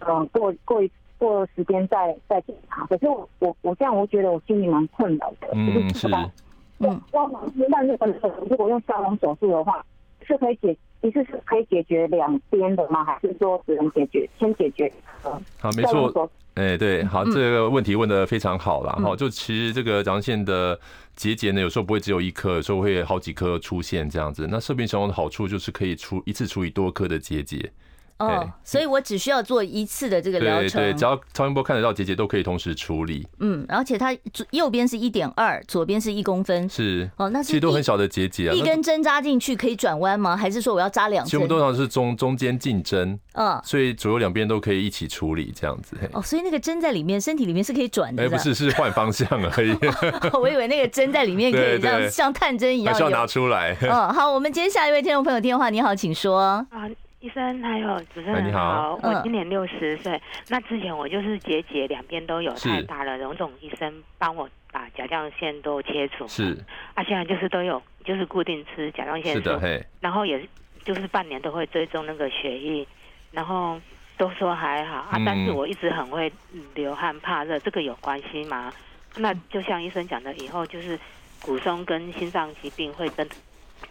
Speaker 8: 嗯、呃过过一过时间再再检查，可是我我我这样我觉得我心里蛮困扰的，
Speaker 5: 嗯，
Speaker 8: 就是不知道
Speaker 4: 嗯
Speaker 8: 那那如果如果用消融手术的话，是可以解一次是可以解决两边的吗？还是说只能解决先解决？呃
Speaker 5: 好，没
Speaker 8: 消融手
Speaker 5: 错，
Speaker 8: 术
Speaker 5: 哎、对，
Speaker 4: 嗯
Speaker 5: 好，这个问题问的非常好啦。哈、就其实这个甲状腺的结节呢，有时候不会只有一颗，有时候会有好几颗出现这样子。那射病小孔的好处就是可以处一次处理多颗的结节，
Speaker 4: 哦
Speaker 5: 哎，
Speaker 4: 所以我只需要做一次的这个疗
Speaker 5: 对
Speaker 4: 程，
Speaker 5: 对，只要超音波看得到结节都可以同时处理，
Speaker 4: 嗯，而且它左右边是一点二，左边是一公分，
Speaker 5: 是
Speaker 4: 哦那是
Speaker 5: 其实都
Speaker 4: 一
Speaker 5: 很小的结节啊，
Speaker 4: 一根针扎进去可以转弯吗？还是说我要扎两
Speaker 5: 其实
Speaker 4: 针
Speaker 5: 我们？通常是中中间进针，
Speaker 4: 嗯，
Speaker 5: 所以左右两边都可以一起处理这样子。嘿
Speaker 4: 哦，所以那个针在里面，身体里面是可以转的。
Speaker 5: 哎，不是，是换方向 而已，
Speaker 4: 吧，我以为那个针在里面可以
Speaker 5: 对对
Speaker 4: 让像探针一
Speaker 5: 还
Speaker 4: 样
Speaker 5: 是要拿
Speaker 4: 有。
Speaker 5: 出来。
Speaker 4: 嗯，好，我们接下一位听众朋友电话，你好，请说。
Speaker 9: 啊，医生还有主持
Speaker 5: 哎
Speaker 9: 人
Speaker 5: 你好
Speaker 9: 我
Speaker 4: 嗯
Speaker 9: 今年六十岁，那之前我就是结节两边都有
Speaker 5: 是
Speaker 9: 太大了，荣总医生帮我把甲状腺都切除，
Speaker 5: 是
Speaker 9: 啊，现在就是都有，就是固定吃甲状腺
Speaker 5: 是
Speaker 9: 素，
Speaker 5: 的，嘿，
Speaker 9: 然后也就是半年都会追踪那个血液，然后都说还好啊，
Speaker 5: 嗯
Speaker 9: 但是我一直很会流汗怕热，这个有关系吗？那就像医生讲的，以后就是骨松跟心脏疾病会真的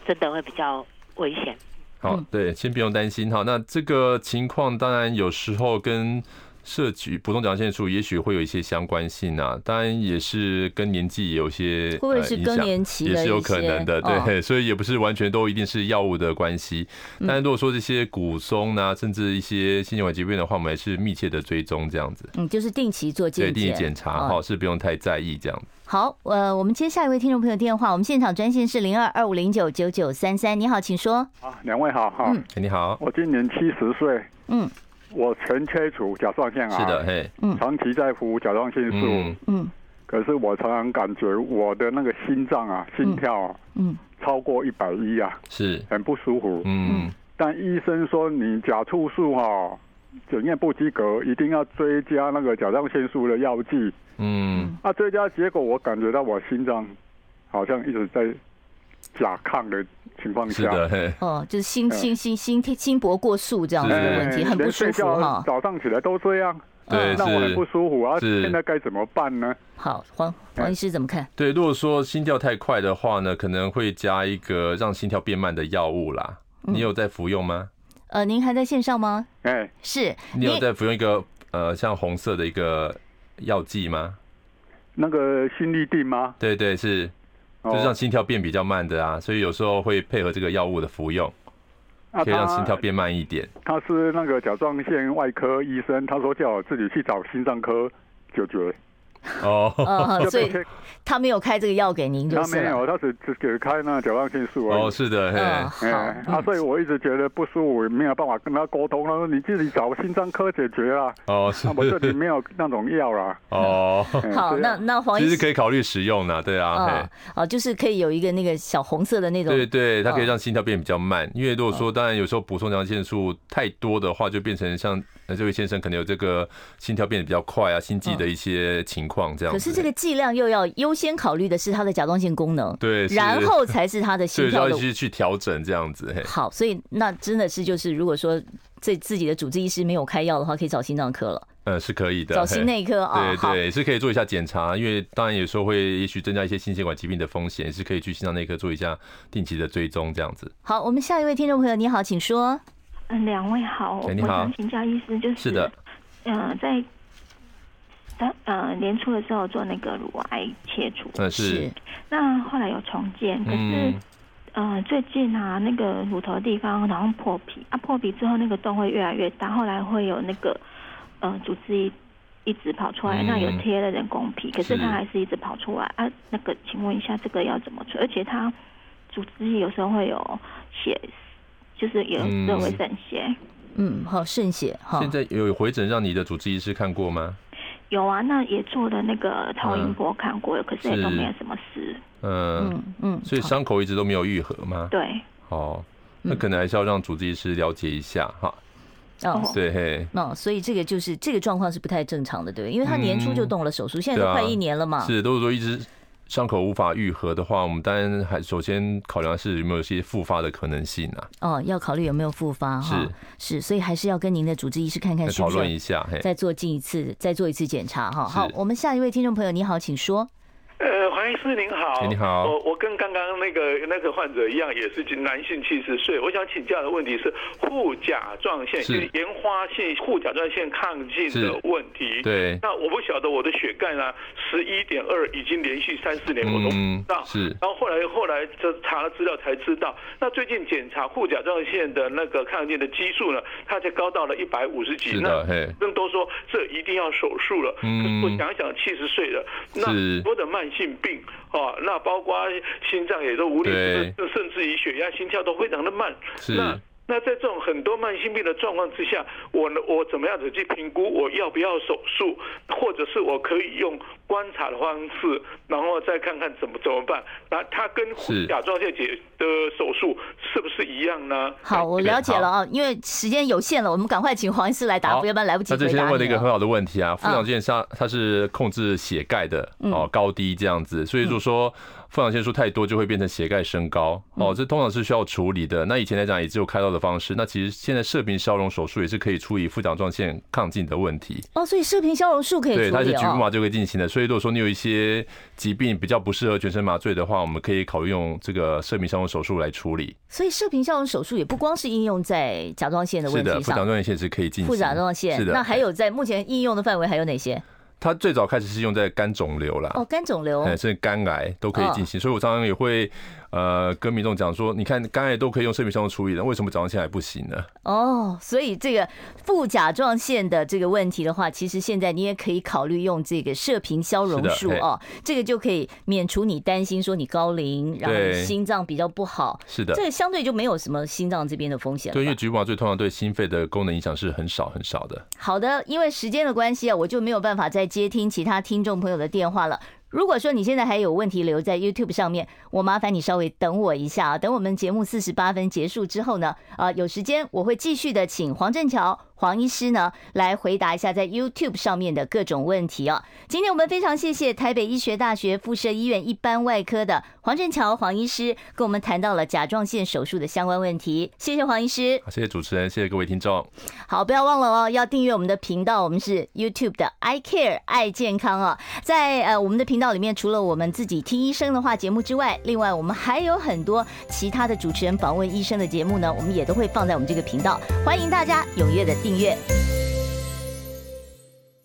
Speaker 9: 真的会比较危险。
Speaker 5: 好
Speaker 4: 嗯，
Speaker 5: 对，先不用担心哈。那这个情况当然有时候跟摄取普通甲状腺素也许会有一些相关性啊，当然也是跟年纪也有一些
Speaker 4: 会不会
Speaker 5: 呃
Speaker 4: 是
Speaker 5: 影
Speaker 4: 更
Speaker 5: 响
Speaker 4: 年期
Speaker 5: 也
Speaker 4: 的
Speaker 5: 是
Speaker 4: 一
Speaker 5: 有可能的，
Speaker 4: 些哦嗯
Speaker 5: 对，所以也不是完全都一定是药物的关系。但如果说这些骨松啊，甚至一些心血管疾病的话，我们还是密切的追踪这样子。
Speaker 4: 嗯，就是定期做
Speaker 5: 对，
Speaker 4: 健
Speaker 5: 定期
Speaker 4: 检。
Speaker 5: 检查
Speaker 4: 哦
Speaker 5: 哈，是不用太在意这样。
Speaker 4: 好，呃，我们接下一位听众朋友电话，我们现场专线是零二二五零九九九三三，你好，请说。
Speaker 10: 啊，两位好哈，
Speaker 4: 嗯
Speaker 5: 哎你好，
Speaker 10: 我今年七十岁，
Speaker 4: 嗯，
Speaker 10: 我全切除甲状腺癌，
Speaker 5: 是的，，嘿，
Speaker 10: 长期在服甲状腺素，
Speaker 5: 嗯，
Speaker 4: 嗯
Speaker 10: 可是我常常感觉我的那个心脏啊，心跳啊、
Speaker 4: 嗯，
Speaker 10: 超过一百一啊，
Speaker 5: 是，
Speaker 10: 很不舒服。
Speaker 5: 嗯，
Speaker 10: 但医生说你甲促素哈、检验不及格，一定要追加那个甲状腺素的药剂。
Speaker 5: 嗯，
Speaker 10: 啊，追加结果我感觉到我心脏好像一直在甲亢的情况
Speaker 5: 是
Speaker 10: 下，
Speaker 5: 的，嘿，
Speaker 4: 哦，就是心心心心心搏过速这样子的
Speaker 5: 是
Speaker 4: 问题，
Speaker 10: 哎
Speaker 4: 很不
Speaker 10: 连
Speaker 4: 舒
Speaker 10: 睡
Speaker 4: 服
Speaker 10: 觉
Speaker 4: 哈。
Speaker 10: 早上起来都这样。
Speaker 5: 对，
Speaker 10: 让嗯我很
Speaker 5: 是
Speaker 10: 不。舒服啊！
Speaker 5: 是
Speaker 10: 现在该怎么办呢？
Speaker 4: 好，黄黄医师怎么看？
Speaker 5: 对，如果说心跳太快的话呢，可能会加一个让心跳变慢的药物啦。你有在服用吗？
Speaker 4: 呃，您还在线上吗？
Speaker 10: 哎，
Speaker 4: 是，
Speaker 5: 你有在服用一个呃，像红色的一个药剂吗？
Speaker 10: 那个新立定吗？哦
Speaker 5: 对对，是，就是让心跳变比较慢的啊。所以有时候会配合这个药物的服用，
Speaker 10: 啊
Speaker 5: 可以让心跳
Speaker 10: 他
Speaker 5: 变慢一点。
Speaker 10: 他是那个甲状腺外科医生，他说叫我自己去找心脏科解决。
Speaker 5: 哦
Speaker 4: 呃，
Speaker 10: 就
Speaker 4: 所以
Speaker 10: 被
Speaker 4: 他没有开这个药给您就
Speaker 10: 他
Speaker 4: 是
Speaker 10: 没
Speaker 4: 了。
Speaker 5: 哎
Speaker 10: 有，他只只给开那甲状腺素而
Speaker 5: 哦，
Speaker 10: 已。
Speaker 5: 是的，
Speaker 4: 嗯，
Speaker 5: 嘿，
Speaker 4: 好，
Speaker 10: 哎，啊，
Speaker 4: 嗯
Speaker 10: 所以我一直觉得不舒服，没有办法跟他沟通。他说你自己找心脏科解决啊，
Speaker 5: 哦是
Speaker 10: 啊，我 这里没有那种药啦。
Speaker 5: 哦，
Speaker 10: 哎
Speaker 4: 好，
Speaker 10: 对
Speaker 4: 那
Speaker 10: 啊
Speaker 4: 那黄
Speaker 5: 其
Speaker 4: 医
Speaker 5: 实
Speaker 4: 师
Speaker 5: 可以考虑使用呢，对啊，嘿
Speaker 4: 啊。，哦，就是可以有一个那个小红色的那种，
Speaker 5: 对对，它可以
Speaker 4: 嗯
Speaker 5: 让心跳变比较慢，因为如果说当然有时候补充甲状腺素太多的话，就变成像呃这位先生可能有这个心跳变得比较快啊，心悸的一些情况这样
Speaker 4: 可
Speaker 5: 子。
Speaker 4: 是这个剂量又要优先考虑的是它的甲状腺功能，
Speaker 5: 对，是
Speaker 4: 然后才是它的
Speaker 5: 所
Speaker 4: 心
Speaker 5: 以就
Speaker 4: 跳
Speaker 5: 要
Speaker 4: 的。
Speaker 5: 去去调整这样子。嘿，
Speaker 4: 好，所以那真的是就是，如果说这自己的主治医师没有开药的话，可以找心脏科了，
Speaker 5: 嗯，是可以的。
Speaker 4: 找
Speaker 5: 嘿
Speaker 4: 心内科啊。
Speaker 5: 对
Speaker 4: 好，
Speaker 5: 对，是可以做一下检查，因为当然有时候会也许增加一些心血管疾病的风险，是可以去心脏内科做一下定期的追踪这样子。
Speaker 4: 好，我们下一位听众朋友，你好，请说。
Speaker 11: 嗯，两位
Speaker 4: 哦
Speaker 11: 好，
Speaker 5: 哎你
Speaker 11: 我
Speaker 5: 好
Speaker 11: 想请教医师，就是
Speaker 5: 是的，
Speaker 11: 呃，在在呃年初的时候做那个乳癌切除，
Speaker 5: 嗯是，
Speaker 11: 那后来有重建，可是
Speaker 5: 嗯，
Speaker 11: 呃最近啊那个乳头地方然后破皮，啊破皮之后那个洞会越来越大，后来会有那个呃组织一一直跑出来，
Speaker 5: 嗯
Speaker 11: 那有贴了人工皮，可是
Speaker 5: 是
Speaker 11: 它还是一直跑出来啊。那个，请问一下这个要怎么处理？而且它组织有时候会有血，就是有
Speaker 5: 嗯
Speaker 11: 热会渗血。
Speaker 4: 嗯，好，渗血哈
Speaker 5: 现。在有回诊让你的主治医师看过吗？
Speaker 11: 有啊，那也做的那个超音波看过了，可是也都
Speaker 5: 是
Speaker 11: 没有什么事。
Speaker 5: 嗯
Speaker 4: 嗯嗯
Speaker 5: 所以伤口一直都没有愈合吗？
Speaker 11: 对，
Speaker 5: 哦，那可能还是要让主治医师了解一下哈。
Speaker 4: 哦，
Speaker 5: 对嘿，
Speaker 4: 那、所以这个就是这个状况是不太正常的，对不对？因为他年初就动了手术，现在都
Speaker 5: 对啊
Speaker 4: 快一年了嘛。
Speaker 5: 是，如果说一直伤口无法愈合的话，我们当然还首先考量是有没有一些复发的可能性啊，
Speaker 4: 哦，要考虑有没有复发哈。是，所以还是要跟您的主治医师看看
Speaker 5: 来
Speaker 4: 哎是
Speaker 5: 讨
Speaker 4: 不是
Speaker 5: 论一下。嘿，
Speaker 4: 再做进一次，再做一次检查哈。
Speaker 5: 是
Speaker 4: 好，我们下一位听众朋友，你好，请说。
Speaker 12: 呃，黄医师您好，
Speaker 5: 哎你好
Speaker 12: 我我跟刚刚那个那个患者一样，也是男性七十岁。我想请教的问题是护甲状腺，
Speaker 5: 是
Speaker 12: 就是盐花性护甲状腺亢进的
Speaker 5: 是
Speaker 12: 问题。
Speaker 5: 对
Speaker 12: 那我不晓得我的血钙呢，十一点二已经连续三四年我都不知
Speaker 5: 嗯
Speaker 12: 道。，
Speaker 5: 是
Speaker 12: 然后后来后来这查了资料才知道，那最近检查护甲状腺的那个抗进的激素呢，它才高到了一百五十几。
Speaker 5: 是
Speaker 12: 那
Speaker 5: 的，嘿，
Speaker 12: 人都说这一定要手术了。
Speaker 5: 嗯
Speaker 12: 可是我想想，七十岁了，那
Speaker 5: 是
Speaker 12: 很多的慢性病哦，那包括心脏也都无力，
Speaker 5: 对
Speaker 12: 甚甚至于血压、心跳都非常的慢。
Speaker 5: 是
Speaker 12: 那那在这种很多慢性病的状况之下，我呢我怎么样子去评估我要不要手术，或者是我可以用观察的方式，然后再看看怎么怎么办？那它跟
Speaker 5: 是
Speaker 12: 甲状腺结的手术是不是一样呢？
Speaker 4: 好，我了解了啊，因为时间有限了，我们赶快请黄医师来答
Speaker 5: 好
Speaker 4: 复，要不然来不及
Speaker 5: 那
Speaker 4: 回
Speaker 5: 这先
Speaker 4: 答
Speaker 5: 问了
Speaker 4: 你
Speaker 5: 一个很
Speaker 4: 了。
Speaker 5: 好的问题啊，副长线它它是控制血钙的
Speaker 4: 嗯
Speaker 5: 哦高低这样子，所以就说副长线数太多就会变成血钙升高
Speaker 4: 嗯
Speaker 5: 哦，这通常是需要处理的。那以前来讲也只有开刀的方式，那其实现在射频消融手术也是可以处理副甲状腺亢进的问题，
Speaker 4: 哦，所以射频消融术可以
Speaker 5: 对，
Speaker 4: 处
Speaker 5: 它是
Speaker 4: 理
Speaker 5: 局部麻
Speaker 4: 哦。
Speaker 5: 醉可以进行的。所以如果说你有一些疾病比较不适合全身麻醉的话，我们可以考虑用这个射频消融手术来处理。
Speaker 4: 所以射频消融手术也不光是应用在甲状腺的
Speaker 5: 是
Speaker 4: 问
Speaker 5: 的，
Speaker 4: 题
Speaker 5: 副甲
Speaker 4: 上，
Speaker 5: 状腺是可以进行。
Speaker 4: 副甲状腺
Speaker 5: 嗯是，的，哎
Speaker 4: 那还有在目前应用的范围还有哪些？
Speaker 5: 它最早开始是用在肝肿瘤啦。
Speaker 4: 哦，嗯肝肿瘤
Speaker 5: 哎，甚至肝癌都可以进行。所以我常常也会呃跟民众讲说，你看肝癌都可以用射频消融处理的，为什么甲状腺癌不行呢？
Speaker 4: 哦，所以这个副甲状腺的这个问题的话，其实现在你也可以考虑用这个射频消融术
Speaker 5: 是的哎
Speaker 4: 哦，这个就可以免除你担心说你高龄，然后你
Speaker 5: 对
Speaker 4: 心脏比较不好，
Speaker 5: 是的
Speaker 4: 这个相对就没有什么心脏这边的风险
Speaker 5: 对，因
Speaker 4: 了
Speaker 5: 为
Speaker 4: 吧。
Speaker 5: 局部麻醉通常对心肺的功能影响是很少很少的。
Speaker 4: 好的，因为时间的关系啊，我就没有办法再接听其他听众朋友的电话了。如果说你现在还有问题留在 YouTube 上面，我麻烦你稍微等我一下啊，等我们节目四十八分结束之后呢，啊，有时间我会继续的请黄振桥黄医师呢来回答一下在 YouTube 上面的各种问题啊。今天我们非常谢谢台北医学大学附设医院一般外科的黄振桥黄医师跟我们谈到了甲状腺手术的相关问题，谢谢黄医师。
Speaker 5: 好谢谢主持人，谢谢各位听众。
Speaker 4: 好，不要忘了哦，要订阅我们的频道，我们是 YouTube 的 I Care 爱健康哦。在呃我们的频道里面，除了我们自己听医生的话节目之外，另外我们还有很多其他的主持人访问医生的节目呢，我们也都会放在我们这个频道，欢迎大家踊跃的订阅。